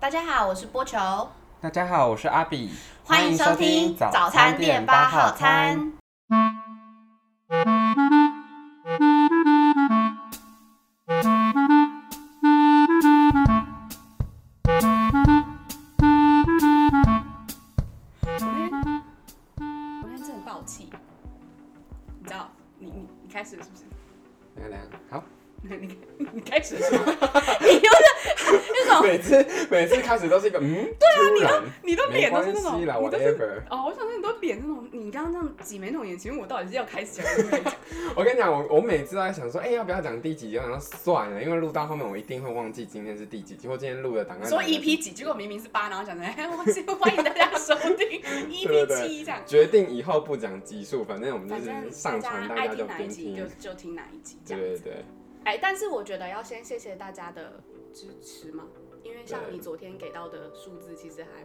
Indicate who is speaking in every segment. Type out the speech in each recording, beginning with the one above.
Speaker 1: 大家好，我是波球，
Speaker 2: 大家好，我是阿比，
Speaker 1: 欢迎收听早餐店八号。餐。
Speaker 3: 我那天，我那天真的爆气，你知道？你你你开始了是不是？
Speaker 2: 那个那个好，
Speaker 3: 你你你开始了是吗？你又是那种，
Speaker 2: 每次每次开始都是一个嗯，对啊，
Speaker 3: 你都
Speaker 2: 没
Speaker 3: 脸都
Speaker 2: 关
Speaker 3: 是那种，
Speaker 2: 系
Speaker 3: 你
Speaker 2: 啦
Speaker 3: 都是
Speaker 2: ，whatever。
Speaker 3: 哦，我想说你都脸那种，你刚刚这样挤眉弄眼，请问我到底是要开始还是 不开始？
Speaker 2: 我跟你讲，我我每次都在想说，哎、要不要讲第几集？然后算了，因为录到后面我一定会忘记今天是第几集，或今天录的档案。
Speaker 3: 说 EP 几，结果明明是八，然后讲的，哎，我是欢迎大家收 听
Speaker 2: 对
Speaker 3: EP
Speaker 2: 对
Speaker 3: 七这样。
Speaker 2: 决定以后不讲集数，反正我们就
Speaker 3: 反正
Speaker 2: 是上传，大
Speaker 3: 爱
Speaker 2: 家就
Speaker 3: 听哪一
Speaker 2: 边
Speaker 3: 集
Speaker 2: 听。
Speaker 3: 就就听哪一集这
Speaker 2: 对
Speaker 3: 样
Speaker 2: 对
Speaker 3: 子。
Speaker 2: 对，
Speaker 3: 哎，但是我觉得要先谢谢大家的支持嘛，因为像
Speaker 2: 对
Speaker 3: 你昨天给到的数字其实还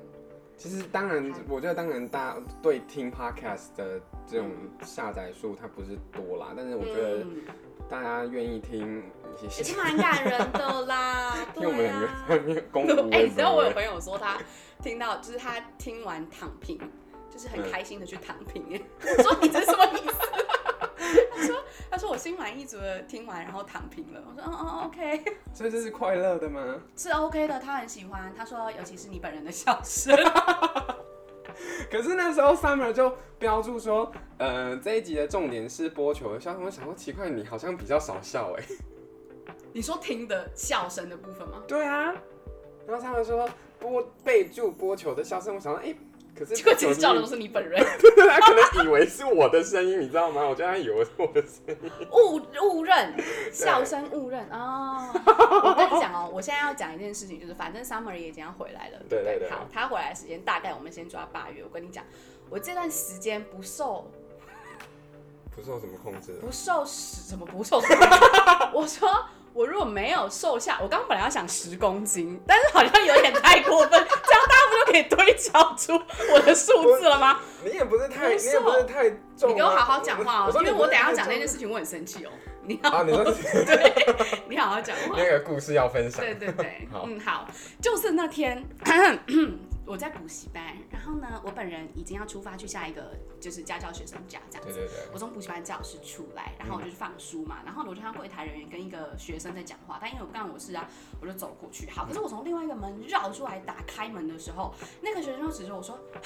Speaker 2: 其实当然，我觉得当然大家对听 podcast 的这种下载数它不是多啦，但是我觉得
Speaker 3: 嗯
Speaker 2: 大家愿意听，谢
Speaker 3: 也
Speaker 2: 谢，
Speaker 3: 是。蛮感人的啦
Speaker 2: 因为我们
Speaker 3: 哎对
Speaker 2: 两个在
Speaker 3: 啊。
Speaker 2: 那
Speaker 3: ，
Speaker 2: 边公布
Speaker 3: 哎、你知道我有朋友说他听到，就是他听完躺平，就是很
Speaker 2: 嗯
Speaker 3: 开心的去躺平， 哎、我说你这是什么意思？他说他说我心满意足的听完，然后躺平了。我说嗯嗯嗯，OK，
Speaker 2: 所以这是快乐的吗？
Speaker 3: 是 OK 的，他很喜欢。他说尤其是你本人的笑声，
Speaker 2: 可是那时候 Summer 就标注说，呃，这一集的重点是播球的笑声。我想说奇怪，你好像比较少笑哎、
Speaker 3: 你说听的笑声的部分吗？
Speaker 2: 对啊，然后他们说播备注播球的笑声，我想说哎、可是
Speaker 3: 结果其实笑的
Speaker 2: 播
Speaker 3: 都
Speaker 2: 球
Speaker 3: 是你本人，
Speaker 2: 是 他可能以为是我的声音，你知道吗？我觉得他以为是我的声音。
Speaker 3: 误误认笑声误认哦。我跟你讲哦，我现在要讲一件事情，就是反正 Summer 也已经要回来了，
Speaker 2: 对
Speaker 3: 不
Speaker 2: 对对
Speaker 3: 好，他回来的时间大概我们先抓八月。我跟你讲，我这段时间不受
Speaker 2: 不受什么控制，
Speaker 3: 不受十怎么不受？我说 我如果没有瘦下，我刚刚本来要想十公斤，但是好像有点太过分，这样大家不就可以推敲出我的数字了吗？
Speaker 2: 你也不是太，
Speaker 3: 不
Speaker 2: 你
Speaker 3: 是
Speaker 2: 也
Speaker 3: 哦
Speaker 2: 不是太重啊、
Speaker 3: 你给我好好讲话哦，
Speaker 2: 说
Speaker 3: 因
Speaker 2: 你
Speaker 3: 为
Speaker 2: 不
Speaker 3: 我
Speaker 2: 是
Speaker 3: 等一下
Speaker 2: 太
Speaker 3: 讲那
Speaker 2: 重
Speaker 3: 件事情，我很生气哦。你
Speaker 2: 啊，你 说
Speaker 3: 你好好讲话。
Speaker 2: 那个故事要分享，
Speaker 3: 对对对
Speaker 2: 好，
Speaker 3: 嗯，好，就是那天 我在补习班，然后呢，我本人已经要出发去下一个就是家教学生家这样
Speaker 2: 对
Speaker 3: 子。
Speaker 2: 对对，
Speaker 3: 我从补习班教室出来，然后我就去放书嘛，然后呢我就看到柜台人员跟一个学生在讲话，但因为我不干我事啊，我就走过去。好，可是我从另外一个门绕出来打开门的时候，那个学生就指着我说：“啊！”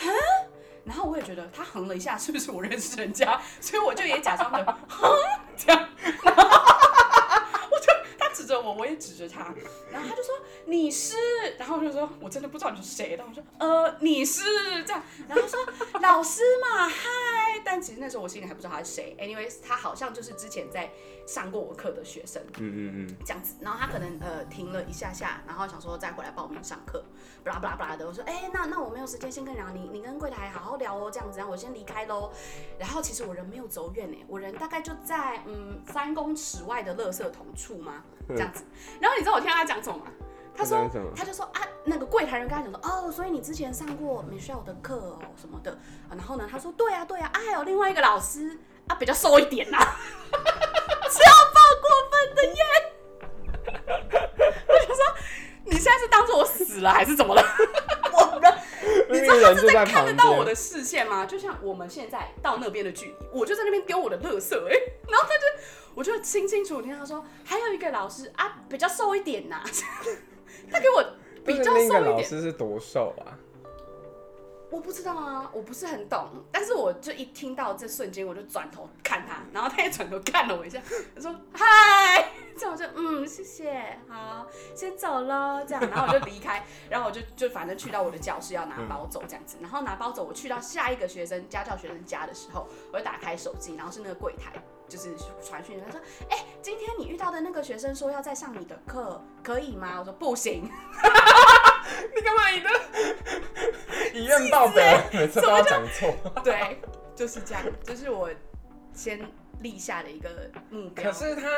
Speaker 3: 然后我也觉得他横了一下，是不是我认识人家？ 所以我就也假装的“哼”这样， 然后我就他指着我，我也指着他，然后他就说你是，然后我就说我真的不知道你是谁，但我说呃你是这样，然后他说老师嘛嗨，但其实那时候我心里还不知道他是谁，anyways 他好像就是之前在上过我课的学生
Speaker 2: 嗯嗯嗯，
Speaker 3: 这样子，然后他可能呃停了一下下，然后想说再回来报名上课，不啦不啦不啦的，我说哎、那那我没有时间先跟你聊，你你跟柜台好好聊哦这样子，然后我先离开喽，然后其实我人没有走远呢、我人大概就在嗯三公尺外的垃圾桶处吗？这样子，然后你知道我听到他讲什么吗？他说
Speaker 2: 什么？
Speaker 3: 他就说啊，那个柜台人跟他讲说，哦，所以你之前上过 Michelle 的课哦什么的，啊然后呢，他说对啊对啊，啊还有另外一个老师啊比较瘦一点啦、啊， 超爆过分的耶！我就说你现在是当做我死了还是怎么了？我的
Speaker 2: 你
Speaker 3: 知道
Speaker 2: 人就在
Speaker 3: 看
Speaker 2: 旁
Speaker 3: 得
Speaker 2: 边，
Speaker 3: 到我的视线吗？就像我们现在到那边的距离，我就在那边丢我的垃圾、哎，然后他就，我就清清楚楚听到他说，还有一个老师啊，比较瘦一点呐、 他给我比较
Speaker 2: 但是那个
Speaker 3: 瘦一
Speaker 2: 老
Speaker 3: 点，
Speaker 2: 师是多瘦 啊？
Speaker 3: 我不知道啊，我不是很懂，但是我就一听到这瞬间，我就转头看他，然后他也转头看了我一下，他说嗨， 这样我就嗯谢谢，好，先走喽，这样，然后我就离开，然后我就就反正去到我的教室要拿包走这样子，然后拿包走，我去到下一个学生家教学生家的时候，我就打开手机，然后是那个柜台。就是传讯，他说：“哎、今天你遇到的那个学生说要再上你的课，可以吗？”我说：“不行。
Speaker 2: 你干嘛？你的一认到北，每次都要讲错。”
Speaker 3: 对，啊就是这样，就是我先立下的一个目标。
Speaker 2: 可是他，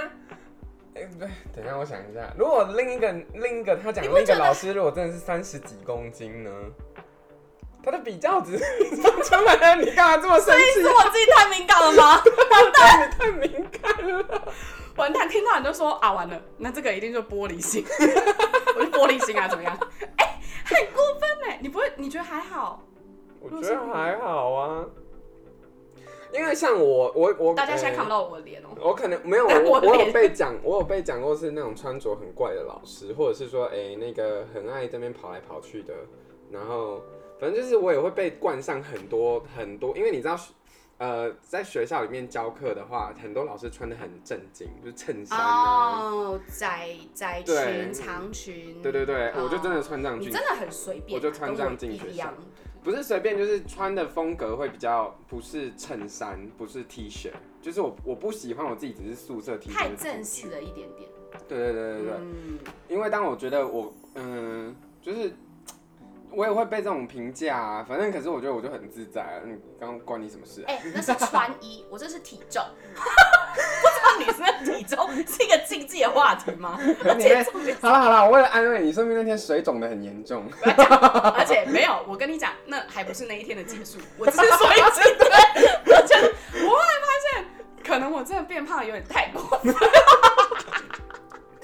Speaker 2: 哎、不对，等一下，我想一下。如果另一个另一个他讲
Speaker 3: 你不
Speaker 2: 另一
Speaker 3: 觉
Speaker 2: 个
Speaker 3: 得
Speaker 2: 老师，如果真的是三十几公斤呢？他的比较值， 充满了你干嘛这么生气？
Speaker 3: 是我自己太敏感了吗？
Speaker 2: 你太敏感了。
Speaker 3: 完蛋，听到 人就说啊，完了，那这个一定就玻璃心，我是玻璃心啊，怎么样？哎、
Speaker 2: 我觉得还好啊，因为像我，我我呃
Speaker 3: 大家现在看不
Speaker 2: 到，
Speaker 3: 到我的脸哦、
Speaker 2: 我可能没有，
Speaker 3: 但
Speaker 2: 我
Speaker 3: 我
Speaker 2: 我有
Speaker 3: 脸
Speaker 2: 被讲，我有被讲过是那种穿着很怪的老师，或者是说，哎、那个很爱这边跑来跑去的，然后反正就是我也会被冠上很多很多，因为你知道。呃，在学校里面教课的话，很多老师穿的很正经，就是衬衫啊
Speaker 3: 哦，窄窄
Speaker 2: 对
Speaker 3: 裙、长裙，
Speaker 2: 对对对，
Speaker 3: 嗯
Speaker 2: 我就真的穿这样
Speaker 3: 你
Speaker 2: 进
Speaker 3: 真的很随便啊，
Speaker 2: 我就穿这样进
Speaker 3: 跟我
Speaker 2: 学
Speaker 3: 一
Speaker 2: 校
Speaker 3: 样。
Speaker 2: 不是随便，就是穿的风格会比较不是衬衫，不是 T 恤，就是我我不喜欢我自己只是素色 T 恤。
Speaker 3: 太正式了一点点。
Speaker 2: 对对对对对，
Speaker 3: 嗯，
Speaker 2: 因为当我觉得我嗯、就是我也会被这种评价、啊，反正可是我觉得我就很自在、啊，嗯，刚关你什么事、啊？
Speaker 3: 哎、那是穿衣，我这是体重。 不知道女生的体重是一个禁忌的话题吗？而
Speaker 2: 你
Speaker 3: 且
Speaker 2: 那
Speaker 3: 重点是
Speaker 2: 好了好了，我为了安慰你，说明那天水肿的很严 重。
Speaker 3: 而且没有，我跟你讲，那还不是那一天的结束，我之所以今天，我真的我后来发现，可能我真的变胖有点太过分。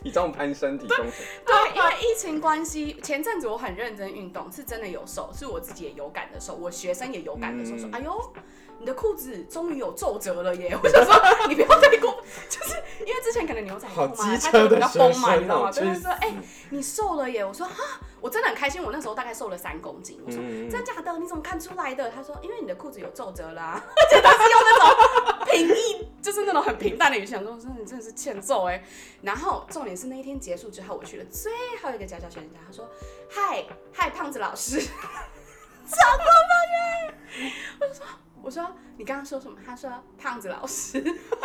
Speaker 2: 体重攀升，体重
Speaker 3: 对，因为疫情关系，前阵子我很认真运动，是真的有瘦，是我自己也有感的瘦，我学生也有感的瘦，说
Speaker 2: 嗯
Speaker 3: 哎呦，你的裤子终于有皱褶了耶！ 我想说你不要太过，就是因为之前可能牛仔裤
Speaker 2: 好
Speaker 3: 嘛，
Speaker 2: 机
Speaker 3: 它
Speaker 2: 车
Speaker 3: 就
Speaker 2: 的
Speaker 3: 比较丰
Speaker 2: 学
Speaker 3: 满，
Speaker 2: 生
Speaker 3: 你知道
Speaker 2: 哦
Speaker 3: 吗？对，
Speaker 2: 去
Speaker 3: 他说哎、你瘦了耶！我说哈，我真的很开心，我那时候大概瘦了三公斤，我说。
Speaker 2: 嗯
Speaker 3: 真假的？你怎么看出来的？他说，因为你的裤子有皱褶啦、 而且他是用那种平易，就是那种很平淡的语气讲说，真的你真的是欠揍哎、然后重点是那一天结束之后，我去了最后一个家教学生家，他说，嗨嗨，胖子老师，超过分哎！我就说，我说你刚刚说什么？他说胖子老师，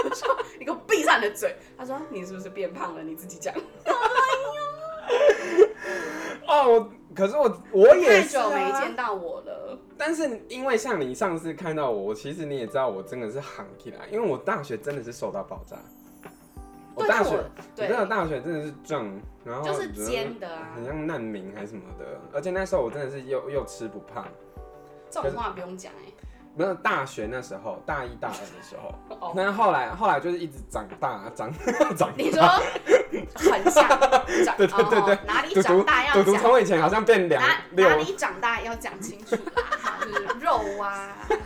Speaker 3: 我说你给我闭上你的嘴。他说你是不是变胖了？你自己讲。
Speaker 2: 哦，我可是我我也
Speaker 3: 太
Speaker 2: 是、
Speaker 3: 久
Speaker 2: 啊、
Speaker 3: 没见到我了，
Speaker 2: 但是因为像你上次看到我，我其实你也知道我真的是喊起来，因为我大学真的是瘦到爆炸。我
Speaker 3: 对
Speaker 2: 大
Speaker 3: 但
Speaker 2: 学，
Speaker 3: 我对
Speaker 2: 真的大学真的是壮，然后
Speaker 3: 就是
Speaker 2: 觉得
Speaker 3: 尖的啊
Speaker 2: 很，像难民还是什么的。而且那时候我真的是又又吃不胖，
Speaker 3: 这种话不用讲哎、
Speaker 2: 没有大学那时候大一大二的时候，
Speaker 3: 哦。
Speaker 2: 那后来后来就是一直长大长 长
Speaker 3: 你说很像长，
Speaker 2: 对对对对
Speaker 3: 哦，哪里
Speaker 2: 嘟
Speaker 3: 长
Speaker 2: 嘟
Speaker 3: 大要
Speaker 2: 嘟嘟
Speaker 3: 讲，
Speaker 2: 从以前好像变两
Speaker 3: 哪
Speaker 2: 六
Speaker 3: 哪里长大要讲清楚啦，就是肉啊， 就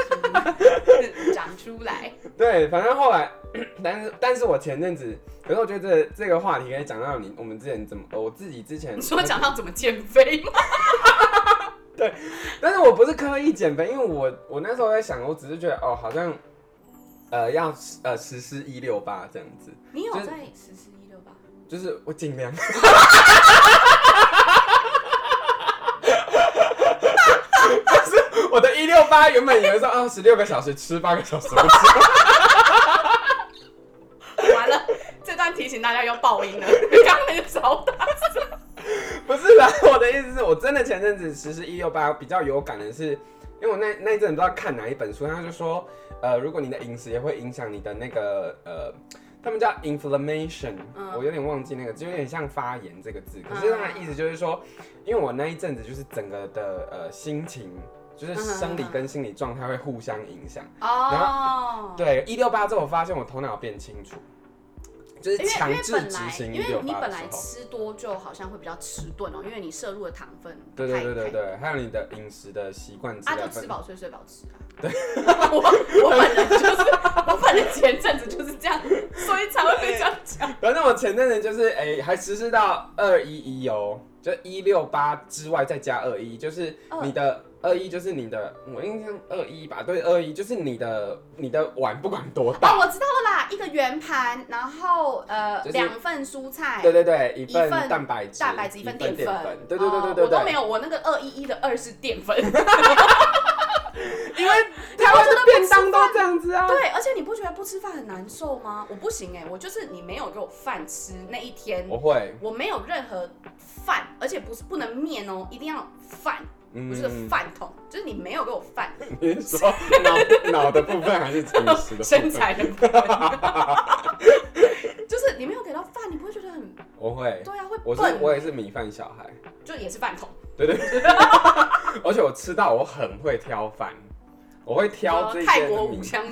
Speaker 3: 是长出来，
Speaker 2: 对，反正后来， 但是但是我前阵子，可是我觉得这这个话题可以讲到你我们之前怎么，我自己之前
Speaker 3: 你说讲到怎么减肥吗？
Speaker 2: 但是我不是刻意减肥，因为我我那时候在想，我只是觉得哦，好像呃要呃实施一六八这样子，
Speaker 3: 你有
Speaker 2: 就是
Speaker 3: 在实施一六八？
Speaker 2: 就是我尽量。 就是我的一六八原本以为说啊，十六个小时吃八个小时不吃，
Speaker 3: 完了，这段提醒大家要爆音了， 刚刚那个超大声。
Speaker 2: 不是啦，我的意思是我真的前阵子实施一六八比较有感的是，因为我那那一阵子不知道看哪一本书，他就说，呃，如果你的饮食也会影响你的那个呃，他们叫 inflammation，、
Speaker 3: 嗯
Speaker 2: 我有点忘记那个，就有点像发炎这个字，可是他的意思就是说，因为我那一阵子就是整个的呃心情。就是生理跟心理状态会互相影响。
Speaker 3: 哦，
Speaker 2: 对，一六八之后我发现我头脑变清楚，就是
Speaker 3: 因为因
Speaker 2: 强
Speaker 3: 为
Speaker 2: 制
Speaker 3: 本
Speaker 2: 执
Speaker 3: 来
Speaker 2: 行
Speaker 3: 因
Speaker 2: 一六
Speaker 3: 为你
Speaker 2: 八
Speaker 3: 本
Speaker 2: 的时
Speaker 3: 来
Speaker 2: 候。
Speaker 3: 吃多就好像会比较迟钝哦，因为你摄入的糖分
Speaker 2: 对对对
Speaker 3: 太
Speaker 2: 对
Speaker 3: 太
Speaker 2: 对，还有你的饮食的习惯之
Speaker 3: 啊，
Speaker 2: 类
Speaker 3: 就
Speaker 2: 的。
Speaker 3: 吃饱睡，睡饱吃啊。对， 我我本人就是，我本人前阵子就是这样，所以才会被这样讲。
Speaker 2: 反正我前阵子就是哎、还实施到二一一哦，就一六八之外再加二一，就是你的二一就是你的，我印象二一吧，对二一就是你的你的碗不管多大，
Speaker 3: 哦，我知道了啦，一个圆盘，然后呃
Speaker 2: 就是
Speaker 3: 两份蔬菜，
Speaker 2: 对对对，一份
Speaker 3: 一份
Speaker 2: 蛋白质，
Speaker 3: 蛋白质
Speaker 2: 一
Speaker 3: 份
Speaker 2: 淀
Speaker 3: 淀
Speaker 2: 对对对对
Speaker 3: 哦
Speaker 2: 对
Speaker 3: 我都没
Speaker 2: 对，
Speaker 3: 有，我那个二一一的二是淀 粉。
Speaker 2: 因为台湾的便当都这样子啊，
Speaker 3: 对，而且你不觉得不吃饭很难受吗？我不行哎、我就是你没有给我饭吃那一天，
Speaker 2: 我会，
Speaker 3: 我没有任何饭，而且不是不能面哦，一定要饭，
Speaker 2: 嗯
Speaker 3: 不是饭桶，就是你没有给我饭，
Speaker 2: 你是 说脑脑的部分还是饮食的部分
Speaker 3: 身，材的部分 就是你没有给到饭，你不会觉得很
Speaker 2: 我会，
Speaker 3: 对啊，会
Speaker 2: 哎我是
Speaker 3: 笨，
Speaker 2: 我也是米饭小孩。
Speaker 3: 就也是饭桶，
Speaker 2: 对对 对，而且我吃到我很会挑饭，我会挑这
Speaker 3: 呃
Speaker 2: 些
Speaker 3: 泰国
Speaker 2: 米
Speaker 3: 五香，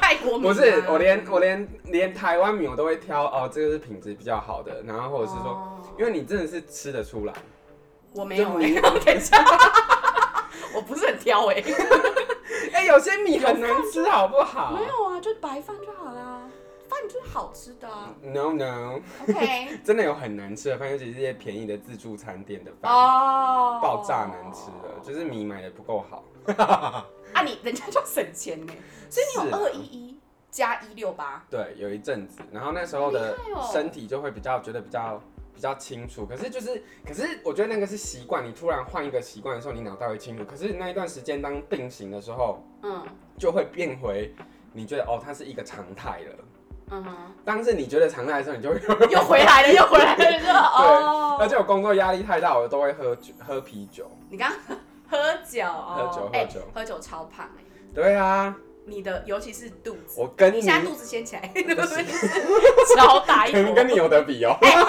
Speaker 3: 泰国米
Speaker 2: 不
Speaker 3: 啊
Speaker 2: 是我连我连连台湾米我都会挑哦，这个是品质比较好的，然后或者是说，
Speaker 3: 哦
Speaker 2: 因为你真的是吃得出来，
Speaker 3: 我没有
Speaker 2: 就
Speaker 3: 哎，
Speaker 2: 你
Speaker 3: 我等一下， 我不是很挑哎、
Speaker 2: 哎、有些米很难吃，好不好
Speaker 3: 没有啊，就白饭就好啦，饭就是好吃的啊。
Speaker 2: ？No No，
Speaker 3: OK，
Speaker 2: 真的有很难吃的饭，尤其是这些便宜的自助餐店的 饭
Speaker 3: 哦，
Speaker 2: 爆炸难吃的，就是米买的不够好。
Speaker 3: 啊你，人家就省钱呢，所以你
Speaker 2: 是
Speaker 3: 有
Speaker 2: 啊
Speaker 3: 二一一加一六八，
Speaker 2: 对，有一阵子，然后那时候的
Speaker 3: 好厉害哦
Speaker 2: 身体就会比较觉得比较比较清楚，可是就是，可是我觉得那个是习惯，你突然换一个习惯的时候，你脑袋会清楚，可是那一段时间当定型的时候，
Speaker 3: 嗯
Speaker 2: 就会变回你觉得哦，它是一个常态了。
Speaker 3: 嗯哼，
Speaker 2: 当是你觉得常态的时候，你就会，
Speaker 3: 又回来了，又回来了，就哦
Speaker 2: 而且我工作压力太大，我都会喝酒喝啤酒。
Speaker 3: 你刚刚喝酒，哦
Speaker 2: 喝酒
Speaker 3: 哎
Speaker 2: 喝酒
Speaker 3: 喝酒超胖哎、
Speaker 2: 对啊，
Speaker 3: 你的尤其是肚子，
Speaker 2: 我跟
Speaker 3: 你
Speaker 2: 你
Speaker 3: 现在肚子掀起来，
Speaker 2: 不行
Speaker 3: 超大一
Speaker 2: 可能跟
Speaker 3: 坨，
Speaker 2: 你有得比哦。
Speaker 3: 哎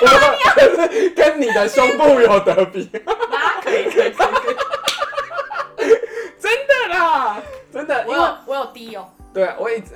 Speaker 2: 我可是跟你的胸部有得比，
Speaker 3: 啊，可以可以可以，可以
Speaker 2: 真的啦，真的，因
Speaker 3: 我
Speaker 2: 为
Speaker 3: 有我有低哦，
Speaker 2: 对啊我 一直。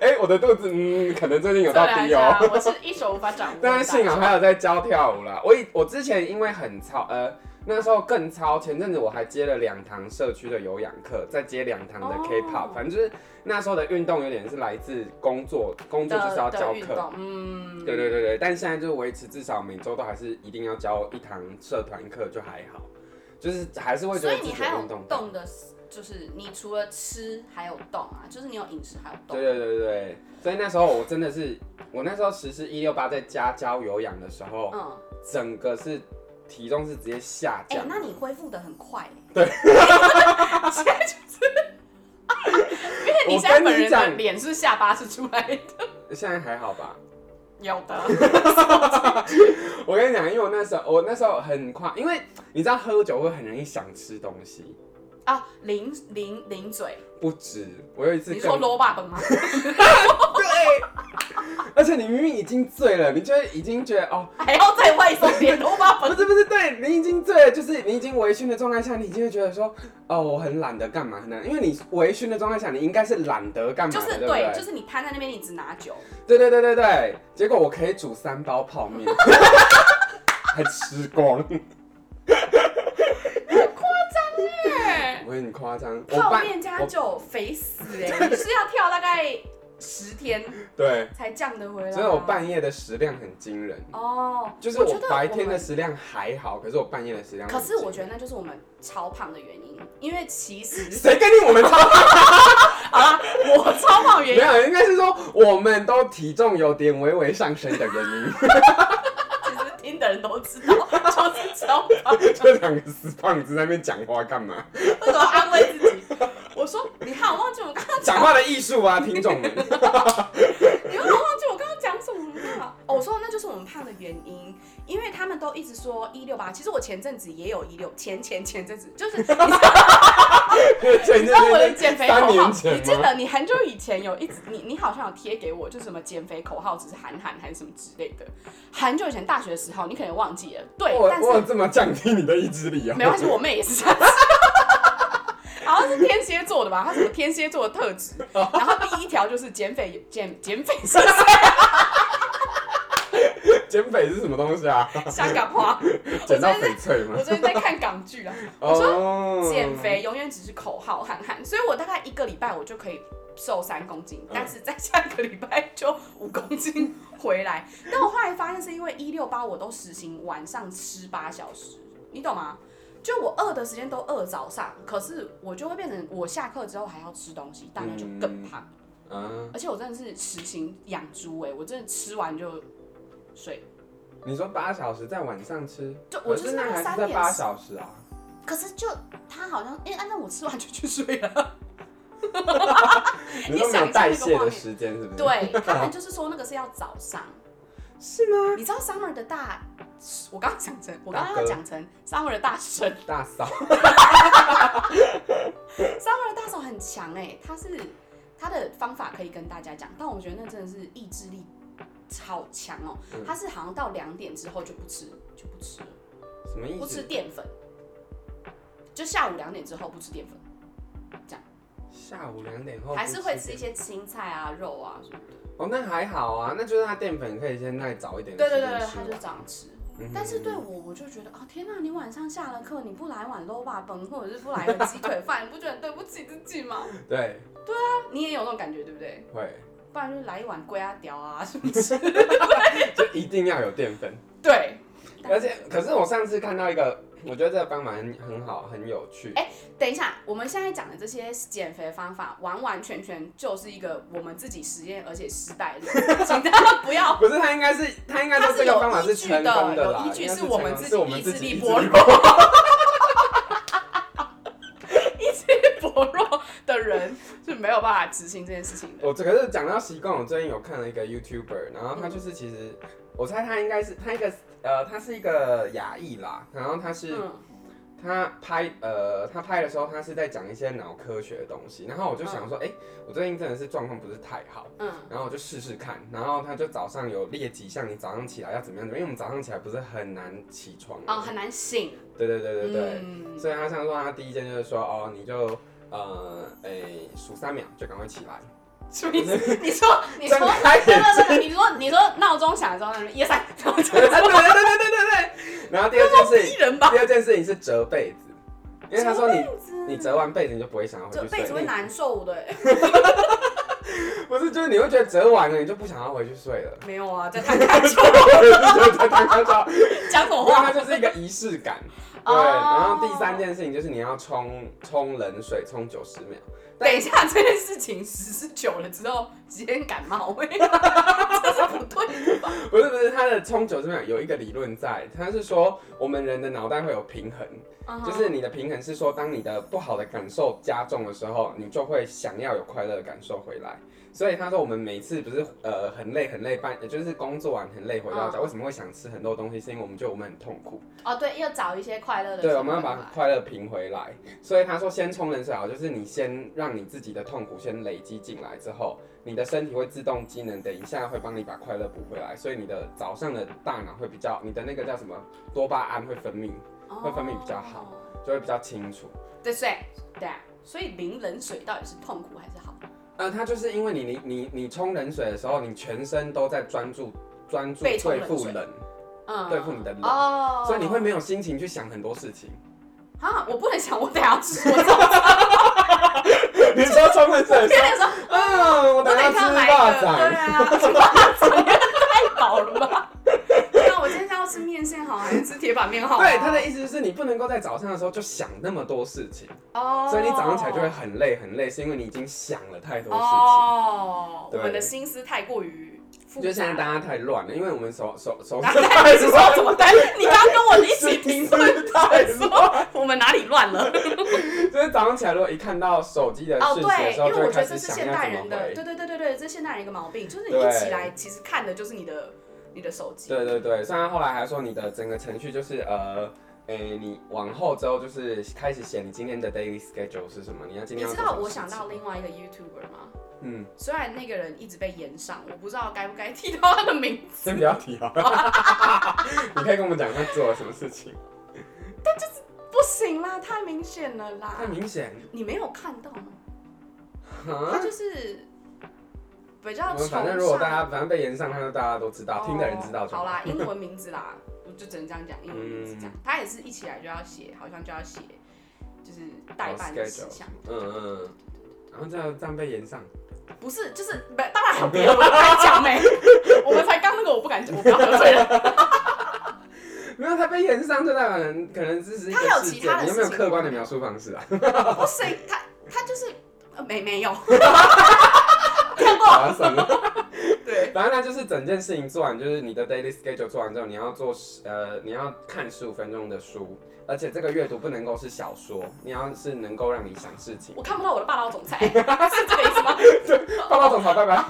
Speaker 2: 哎、我的肚子，嗯，可能最近有到
Speaker 3: 来
Speaker 2: 低
Speaker 3: 啊，
Speaker 2: 哦。
Speaker 3: 我是一手无法掌握，
Speaker 2: 但是幸好还有在教跳舞啦。我以我之前因为很操，呃，那时候更操。前阵子我还接了两堂社区的有氧课，再接两堂的
Speaker 3: 哦
Speaker 2: K-pop，、反正就是那时候的运动有点是来自工作，工作就是要
Speaker 3: 的
Speaker 2: 教
Speaker 3: 的运
Speaker 2: 课。
Speaker 3: 动，嗯，
Speaker 2: 对对对对，但现在就是维持至少每周都还是一定要教一堂社团课，就还好，就是还是会觉
Speaker 3: 所
Speaker 2: 得
Speaker 3: 以
Speaker 2: 自
Speaker 3: 你
Speaker 2: 己
Speaker 3: 还
Speaker 2: 有
Speaker 3: 有
Speaker 2: 运动到。
Speaker 3: 动的，就是你除了吃还有动啊，就是你有饮食还有动
Speaker 2: 对。对对对，所以那时候我真的是，我那时候实施一六八在家教有氧的时候，
Speaker 3: 嗯，
Speaker 2: 整个是体重是直接下
Speaker 3: 哎、
Speaker 2: 降。
Speaker 3: 那你恢复的很快、欸。
Speaker 2: 对，
Speaker 3: 现在就是，因为你
Speaker 2: 我
Speaker 3: 现在
Speaker 2: 跟
Speaker 3: 本
Speaker 2: 你
Speaker 3: 人的
Speaker 2: 讲
Speaker 3: 脸是下巴是出来的，
Speaker 2: 现在还好吧？
Speaker 3: 有的，
Speaker 2: 我跟你讲，因为我那时候我那时候很快，因为你知道喝酒会很容易想吃东西，
Speaker 3: 啊，零零零嘴，
Speaker 2: 不止我有一次
Speaker 3: 你说
Speaker 2: 跟，
Speaker 3: 罗爸本吗？
Speaker 2: 而且你明明已经醉了，你就会已经觉得哦，
Speaker 3: 还要再外送点罗爸
Speaker 2: 不
Speaker 3: 本？
Speaker 2: 是不是，对你已经醉了，就是你已经微醺的状态下，你已经会觉得说，哦，我很懒得干嘛呢？因为你微醺的状态下，你应该是懒得干嘛
Speaker 3: 就
Speaker 2: 的，
Speaker 3: 是
Speaker 2: 对不对？
Speaker 3: 就是你摊在那边，你只拿酒，
Speaker 2: 对对对对对，结果我可以煮三包泡面，还吃光，
Speaker 3: 对，
Speaker 2: 我很夸张。我
Speaker 3: 泡
Speaker 2: 办
Speaker 3: 面加
Speaker 2: 我
Speaker 3: 酒，肥死哎、你是要跳大概十天
Speaker 2: 对，
Speaker 3: 才降得回来、啊？
Speaker 2: 所以我半夜的食量很惊人，
Speaker 3: 哦，
Speaker 2: 就是
Speaker 3: 我
Speaker 2: 我
Speaker 3: 觉得
Speaker 2: 白天
Speaker 3: 我
Speaker 2: 的
Speaker 3: 们
Speaker 2: 食量还好，可是我半夜的食量很
Speaker 3: 可
Speaker 2: 惊人。
Speaker 3: 是我觉得那就是我们超胖的原因，因为 其实
Speaker 2: 谁跟你我们差？
Speaker 3: 啊，我超胖的
Speaker 2: 没
Speaker 3: 原因，
Speaker 2: 有，应该是说我们都体重有点微微上升的原因，
Speaker 3: 其实听的人都知道，就是超胖，
Speaker 2: 这两个死胖子在那边讲话干嘛？
Speaker 3: 为什么安慰自己？我说你看我忘记我刚刚讲，
Speaker 2: 讲话的艺术啊，听众 们。
Speaker 3: 你有没有忘记我刚刚讲什么了？哦，我说那就是我们胖的原因，因为他们都一直说一六八，其实我前阵子也有一六，前前前阵子就是
Speaker 2: 你
Speaker 3: 你知道我的减肥口
Speaker 2: 三
Speaker 3: 号，
Speaker 2: 年
Speaker 3: 你
Speaker 2: 前
Speaker 3: 记
Speaker 2: 吗？
Speaker 3: 得你很久以前有一直你你好像有贴给我，就什么减肥口号，只是喊喊还是什么之类的。很久以前大学的时候，你可能忘记了，对，
Speaker 2: 我
Speaker 3: 但
Speaker 2: 我有
Speaker 3: 是
Speaker 2: 这么降低你的意志力啊？
Speaker 3: 没关系，我妹也是这样子。 好像是天蝎座的吧，她什么天蝎座的特质， 然后第一条就是减肥减减肥是
Speaker 2: 减肥是什么东西 啊？
Speaker 3: 香港话。
Speaker 2: 减到翡翠吗
Speaker 3: 我？最近在看港剧啊，我说
Speaker 2: 哦
Speaker 3: 减肥永远只是口号喊喊，所以我大概一个礼拜我就可以瘦三公斤，但是在下个礼拜就五公斤回来。但我后来发现是因为一六八我都实行晚上吃八小时，你懂吗？就我饿的时间都饿早上，可是我就会变成我下课之后还要吃东西，大概就更胖。
Speaker 2: 啊！
Speaker 3: 而且我真的是实行养猪哎，我真的吃完就睡。
Speaker 2: 你说八小时在晚上吃，
Speaker 3: 就我就是
Speaker 2: 可那
Speaker 3: 那个
Speaker 2: 还是
Speaker 3: 三
Speaker 2: 在
Speaker 3: 点
Speaker 2: 八小时啊。
Speaker 3: 可是就他好像哎，按、照我吃完就去睡了。
Speaker 2: 你说没有代谢的时间是不是？，
Speaker 3: 对他们就是说那个是要早上，
Speaker 2: 是吗？
Speaker 3: 你知道 Summer 的大，我刚刚讲成，我刚刚
Speaker 2: 大
Speaker 3: 要
Speaker 2: 哥
Speaker 3: 讲成 Summer 的大神
Speaker 2: 大嫂，
Speaker 3: ，Summer 的大手很强哎、他是他的方法可以跟大家讲，但我觉得那真的是意志力超强哦、
Speaker 2: 嗯
Speaker 3: 他是好像到两点之后就不吃就不吃了，
Speaker 2: 什么意
Speaker 3: 不吃
Speaker 2: 思？
Speaker 3: 淀粉，就下午两点之后不吃淀粉，
Speaker 2: 下午两点后
Speaker 3: 还是会吃一
Speaker 2: 些。
Speaker 3: 些青菜啊、肉啊什么的。
Speaker 2: 哦，那还好啊，那就是它淀粉可以先再早一点。
Speaker 3: 对对对对，他
Speaker 2: 吃
Speaker 3: 就
Speaker 2: 完
Speaker 3: 这样吃。
Speaker 2: 嗯
Speaker 3: 但是对我，我就觉得啊，天呐，你晚上下了课你不来碗 loba 崩，或者是不来个鸡腿饭，你不觉得很对不起自己吗？
Speaker 2: 对，
Speaker 3: 啊你也有那种感觉，对不对？
Speaker 2: 会
Speaker 3: 不然就是来一碗龟啊屌啊什么 之类的。
Speaker 2: 就一定要有淀 粉。
Speaker 3: 对，
Speaker 2: 而且，可是我上次看到一个，我觉得这个方法很很好，很有趣。
Speaker 3: 哎等一下，我们现在讲的这些减肥方法，完完全全就是一个我们自己实验而且失败的，请大家 不要。
Speaker 2: 不是，他应该是他应该
Speaker 3: 它
Speaker 2: 说
Speaker 3: 是
Speaker 2: 这
Speaker 3: 有
Speaker 2: 个方法
Speaker 3: 依
Speaker 2: 是
Speaker 3: 据
Speaker 2: 成功
Speaker 3: 的，
Speaker 2: 啦，
Speaker 3: 有依
Speaker 2: 应
Speaker 3: 据
Speaker 2: 该
Speaker 3: 是
Speaker 2: 是
Speaker 3: 我们
Speaker 2: 成功
Speaker 3: 自
Speaker 2: 是我们
Speaker 3: 意志
Speaker 2: 自己
Speaker 3: 力
Speaker 2: 意
Speaker 3: 薄
Speaker 2: 志
Speaker 3: 弱
Speaker 2: 力薄弱。
Speaker 3: 薄弱的人是没有办法执行这件事情 的。
Speaker 2: 我这可是讲到习惯，我最近有看了一个 YouTuber，然后他就是其实我猜他应该是他一个呃，他是一个亚裔啦，然后他是
Speaker 3: 嗯，
Speaker 2: 他拍呃，他拍的时候，他是在讲一些脑科学的东西，然后我就想说，哎、我最近真的是状况不是太好，
Speaker 3: 嗯，
Speaker 2: 然后我就试试看，然后他就早上有列几项你早上起来要怎么样怎么样，因为我们早上起来不是很难起床
Speaker 3: 哦，很难醒。
Speaker 2: 对对对对对，
Speaker 3: 嗯，
Speaker 2: 所以他像说他第一件就是说，哦，你就呃，哎、数三秒就赶快起来，
Speaker 3: 什么意思？你说，你说，
Speaker 2: 睁
Speaker 3: 不
Speaker 2: 开眼睛
Speaker 3: 不不，你说，你说闹钟响的时候，那边一二三，然后就
Speaker 2: 对对对对对对对。然后第二件事
Speaker 3: 一
Speaker 2: 情，
Speaker 3: 人吧。
Speaker 2: 第二件事情是折被子，因为他说你
Speaker 3: 子
Speaker 2: 你折完被子你就不会想要回
Speaker 3: 这
Speaker 2: 去睡，
Speaker 3: 辈子会难受的。。
Speaker 2: 你不是就是你会觉得折完了你就不想要回去睡了
Speaker 3: 没有啊，在谈感情，
Speaker 2: 对对对，
Speaker 3: 讲什么
Speaker 2: 然后它
Speaker 3: 话？
Speaker 2: 就是一个仪式感。对，
Speaker 3: 哦
Speaker 2: 然后第三件事情就是你要冲冲冷水，冲九十秒。
Speaker 3: 等一下，这件事情实施久了之后，直接感冒，这是不对的吧？
Speaker 2: 不是不是，它的冲九十秒有一个理论在，它是说我们人的脑袋会有平衡，
Speaker 3: 嗯
Speaker 2: 就是你的平衡是说，当你的不好的感受加重的时候，你就会想要有快乐的感受回来。所以他说，我们每次不是呃很累很累，半也就是工作完很累回到家，为什么会想吃很多东西？是因为我们觉得我们很痛苦，
Speaker 3: 哦，对，要找一些快乐的。
Speaker 2: 对，我们要把快乐平回来。所以他说，先冲冷水好，就是你先让你自己的痛苦先累积进来之后，你的身体会自动机能等一下会帮你把快乐补回来，所以你的早上的大脑会比较，你的那个叫什么多巴胺会分泌，会分泌比较好
Speaker 3: 哦。
Speaker 2: 就会比较清楚。
Speaker 3: 对，所以对啊，所以淋冷水到底是痛苦还是好？
Speaker 2: 呃，它就是因为你你你你冲冷水的时候，你全身都在专注专注对
Speaker 3: 被冲冷
Speaker 2: 付
Speaker 3: 水
Speaker 2: 冷，
Speaker 3: 嗯，
Speaker 2: 对付你的冷
Speaker 3: 哦，
Speaker 2: 所以你会没有心情去想很多事情。
Speaker 3: 啊？我不能想，我等下要吃，我早餐
Speaker 2: 你说冲冷 水的时
Speaker 3: 那时候
Speaker 2: 候，嗯，我
Speaker 3: 我
Speaker 2: 等下
Speaker 3: 等
Speaker 2: 吃
Speaker 3: 下
Speaker 2: 大
Speaker 3: 来一个，对
Speaker 2: 掌，
Speaker 3: 啊，霸掌也太饱了吧？对啊，我今天是要吃面线好，还是吃铁板面好啊？
Speaker 2: 对，他的意思就是你不能够在早上的时候就想那么多事情，
Speaker 3: 哦，
Speaker 2: 所以你早上起来就会很累很累，是因为你已经想了太多事情。
Speaker 3: 哦，我
Speaker 2: 对
Speaker 3: 们的心思太过于复杂。
Speaker 2: 就现在大家太乱了，因为我们手手 手
Speaker 3: 然后你是说怎么单？你刚刚跟我一起评论，
Speaker 2: 太乱。
Speaker 3: 说我们哪里乱 了？
Speaker 2: 就是早上起来，如果一看到手机的
Speaker 3: 哦，
Speaker 2: 讯息的
Speaker 3: 对，
Speaker 2: 时
Speaker 3: 因
Speaker 2: 候，
Speaker 3: 为
Speaker 2: 就
Speaker 3: 我
Speaker 2: 会
Speaker 3: 觉得
Speaker 2: 开
Speaker 3: 这
Speaker 2: 始
Speaker 3: 是
Speaker 2: 想
Speaker 3: 现
Speaker 2: 要
Speaker 3: 代
Speaker 2: 怎么
Speaker 3: 人的，
Speaker 2: 回
Speaker 3: 对。对对对对，这是现代人一个毛病，就是你
Speaker 2: 对
Speaker 3: 一起来，其实看的就是你的你的手机。
Speaker 2: 对对对，虽然后来还说你的整个程序就是呃，诶、你往后之后就是开始写你今天的 daily schedule 是什么，你要今
Speaker 3: 你
Speaker 2: 天要
Speaker 3: 知
Speaker 2: 做
Speaker 3: 道
Speaker 2: 什么
Speaker 3: 我
Speaker 2: 事
Speaker 3: 想到
Speaker 2: 情
Speaker 3: 另外一个 YouTuber 吗？
Speaker 2: 嗯，
Speaker 3: 虽然那个人一直被延上，我不知道该不该提到他的名字，
Speaker 2: 先不要提啊， 你可以跟我们讲他做了什么事 情，
Speaker 3: 不行啦，太明显了啦
Speaker 2: 太。明显
Speaker 3: 你没有看到吗？
Speaker 2: 啊
Speaker 3: 他。就是比较
Speaker 2: 我们
Speaker 3: 崇
Speaker 2: 反
Speaker 3: 尚
Speaker 2: 正如果大家反正被延上，那就大家都知道，听的人知道
Speaker 3: 哦
Speaker 2: 就
Speaker 3: 好啦，英文名字啦，我就只能这样讲，英文名字这
Speaker 2: 嗯
Speaker 3: 样。他也是一起来就要写，好像就要写，就是代办的事项。
Speaker 2: 嗯嗯，嗯然后这样这样被延上，
Speaker 3: 不是，就是没，当然还有别的，我不敢讲没。我们才刚那个，我不敢讲，我不要得罪人。
Speaker 2: 没有他被延上就代表人可能支持一
Speaker 3: 他还
Speaker 2: 个
Speaker 3: 有
Speaker 2: 事
Speaker 3: 其他
Speaker 2: 件，
Speaker 3: 的
Speaker 2: 你有没有
Speaker 3: 事情
Speaker 2: 客观的描述方式啊？
Speaker 3: 不是，他他就是呃没没有， 看过
Speaker 2: 好啊算了。
Speaker 3: 对。
Speaker 2: 反正那就是整件事情做完，就是你的 daily schedule 做完之后，你要做十呃，你要看十五分钟的书，而且这个阅读不能够是小说，你要是能够让你想事情。
Speaker 3: 我看不到我的霸道总裁， 是这个意思 吗？
Speaker 2: 报告总裁，拜 拜。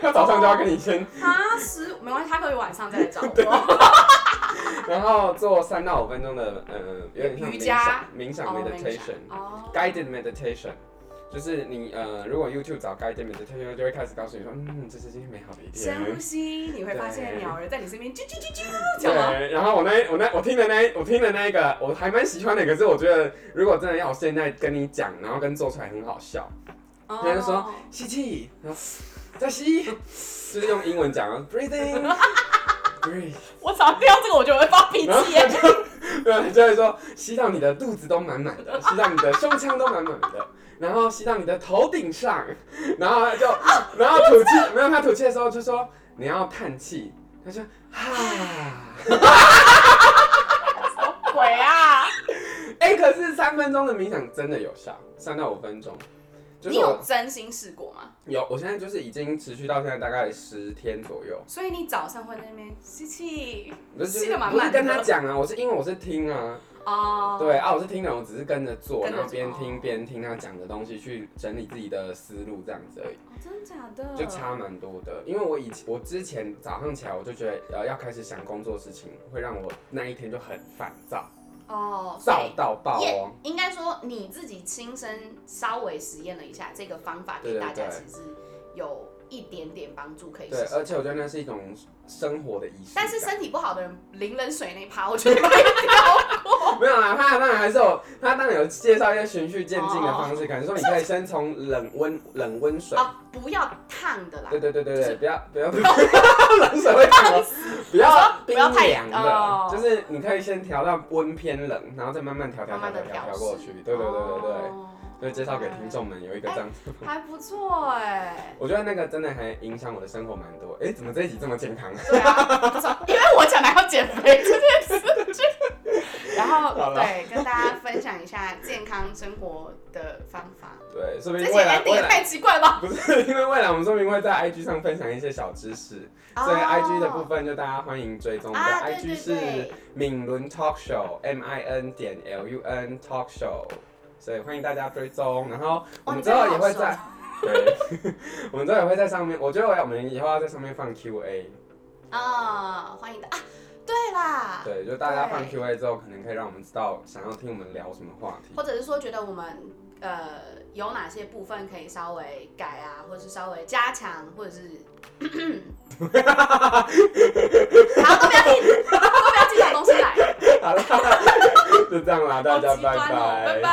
Speaker 2: 他早上就要跟你先，
Speaker 3: 他十没关系，他可以晚上再来找我。哦
Speaker 2: 然后做三到五分钟的呃，有点像
Speaker 3: 瑜伽
Speaker 2: 冥想冥想 meditation、
Speaker 3: 哦，
Speaker 2: guided meditation。就是你呃，如果 YouTube 找 guided meditation，就会开始告诉你说，嗯，这是今天美好的一天。
Speaker 3: 深呼吸，你会发现
Speaker 2: 对
Speaker 3: 鸟儿在你身边啾啾啾啾叫吗？
Speaker 2: 对，然后我那我那我听的那我听的那一个我还蛮喜欢的，可是我觉得如果真的要我现在跟你讲，然后跟做出来很好笑，他就说
Speaker 3: 哦
Speaker 2: 吸气，然后再吸，就是用英文讲啊 breathing， breathe，
Speaker 3: 我早上听到这个我就会发脾 气耶。
Speaker 2: 对，就会说吸到你的肚子都满满的，吸到你的胸腔都满满的，然后吸到你的头顶上，然后就然后吐气，没 有他吐气的时候就说你要叹气，他说 哈，
Speaker 3: 鬼啊！
Speaker 2: 哎、可是三分钟的冥想真的有效，三到五分钟，就是
Speaker 3: 你有
Speaker 2: 我
Speaker 3: 真心试过吗？
Speaker 2: 有，我现在就是已经持续到现在大概十天左右。
Speaker 3: 所以你早上会在那边吸气，
Speaker 2: 不是，就
Speaker 3: 吸的
Speaker 2: 是
Speaker 3: 满
Speaker 2: 不是
Speaker 3: 满的
Speaker 2: 跟他讲啊，我是因为我是听啊，
Speaker 3: 哦，
Speaker 2: 对啊，我是听人，我只是跟着做，
Speaker 3: 跟着
Speaker 2: 然
Speaker 3: 做哦
Speaker 2: 后边听边听他讲的东西，去整理自己的思路，这样子而已，
Speaker 3: 哦，真的假的？
Speaker 2: 就差蛮多的。因为我以前我之前早上起来我就觉得，呃，要开始想工作事情，会让我那一天就很烦躁，
Speaker 3: 哦，所
Speaker 2: 躁
Speaker 3: 以
Speaker 2: 到爆
Speaker 3: 也
Speaker 2: 哦。
Speaker 3: 应该说你自己亲身稍微实验了一下这个方法，
Speaker 2: 对
Speaker 3: 给
Speaker 2: 对
Speaker 3: 大家
Speaker 2: 对
Speaker 3: 其实有一点点帮助，可以
Speaker 2: 对
Speaker 3: 试，试。
Speaker 2: 而且我觉得那是一种生活的仪式感。
Speaker 3: 但是身体不好的人淋冷水那一趴，我觉 得可以跳。
Speaker 2: 没有啦，他当然还是有，他当然有介绍一些循序渐进的方式，可能说
Speaker 3: 哦
Speaker 2: 你可以先从冷温冷温水。
Speaker 3: 啊，不要烫的啦
Speaker 2: 对，对对对
Speaker 3: 就
Speaker 2: 对，
Speaker 3: 是
Speaker 2: 不要不要 冷水会烫哦，不要
Speaker 3: 不要
Speaker 2: 冰
Speaker 3: 太
Speaker 2: 凉
Speaker 3: 哦
Speaker 2: 的，就是你可以先调到温偏冷，然后再慢慢调调
Speaker 3: 慢
Speaker 2: 调
Speaker 3: 慢
Speaker 2: 调
Speaker 3: 的
Speaker 2: 调
Speaker 3: 调
Speaker 2: 调过去。对对对对
Speaker 3: 哦
Speaker 2: 对，所
Speaker 3: 对
Speaker 2: 以介绍给听，众们有一个这样子，
Speaker 3: 还不错哎。
Speaker 2: 我觉得那个真的还影响我的生活蛮多。哎，怎么这一集这么健康？
Speaker 3: 对啊，不错因为我本来要减肥这件事情，然
Speaker 2: 好
Speaker 3: 后
Speaker 2: 了
Speaker 3: 对跟大家分享一下健康生活的方法。
Speaker 2: 对，说
Speaker 3: 这
Speaker 2: 明
Speaker 3: 些
Speaker 2: 未来
Speaker 3: ending
Speaker 2: 未
Speaker 3: 也
Speaker 2: 来
Speaker 3: 太奇怪了吧？
Speaker 2: 不是因为未来我们说明会在 IG 上分享一些小知识，所以 IG 的部
Speaker 3: 哦
Speaker 2: 分就大家欢迎追踪。我们的
Speaker 3: 啊，对对
Speaker 2: IG 是
Speaker 3: 对，
Speaker 2: 敏伦 Talk Show M I N 点 L U N Talk Show，所以欢迎大家追踪。然后我
Speaker 3: 哦
Speaker 2: 们之后也会在，对，我们之后也会在上面。我觉得我们以后要在上面放 Q&A，
Speaker 3: 啊，欢迎的啊，对啦，
Speaker 2: 对，就大家放
Speaker 3: 啊对
Speaker 2: Q&A 之后，可能可以让我们知道想要听我们聊什么话 题。
Speaker 3: 或者是说觉得我们呃有哪些部分可以稍微改啊，或者是稍微加强，或者是。好，都不要听，都不要听这种东西来。
Speaker 2: 好啦， 就这样啦，大家
Speaker 3: 好极端哦拜拜。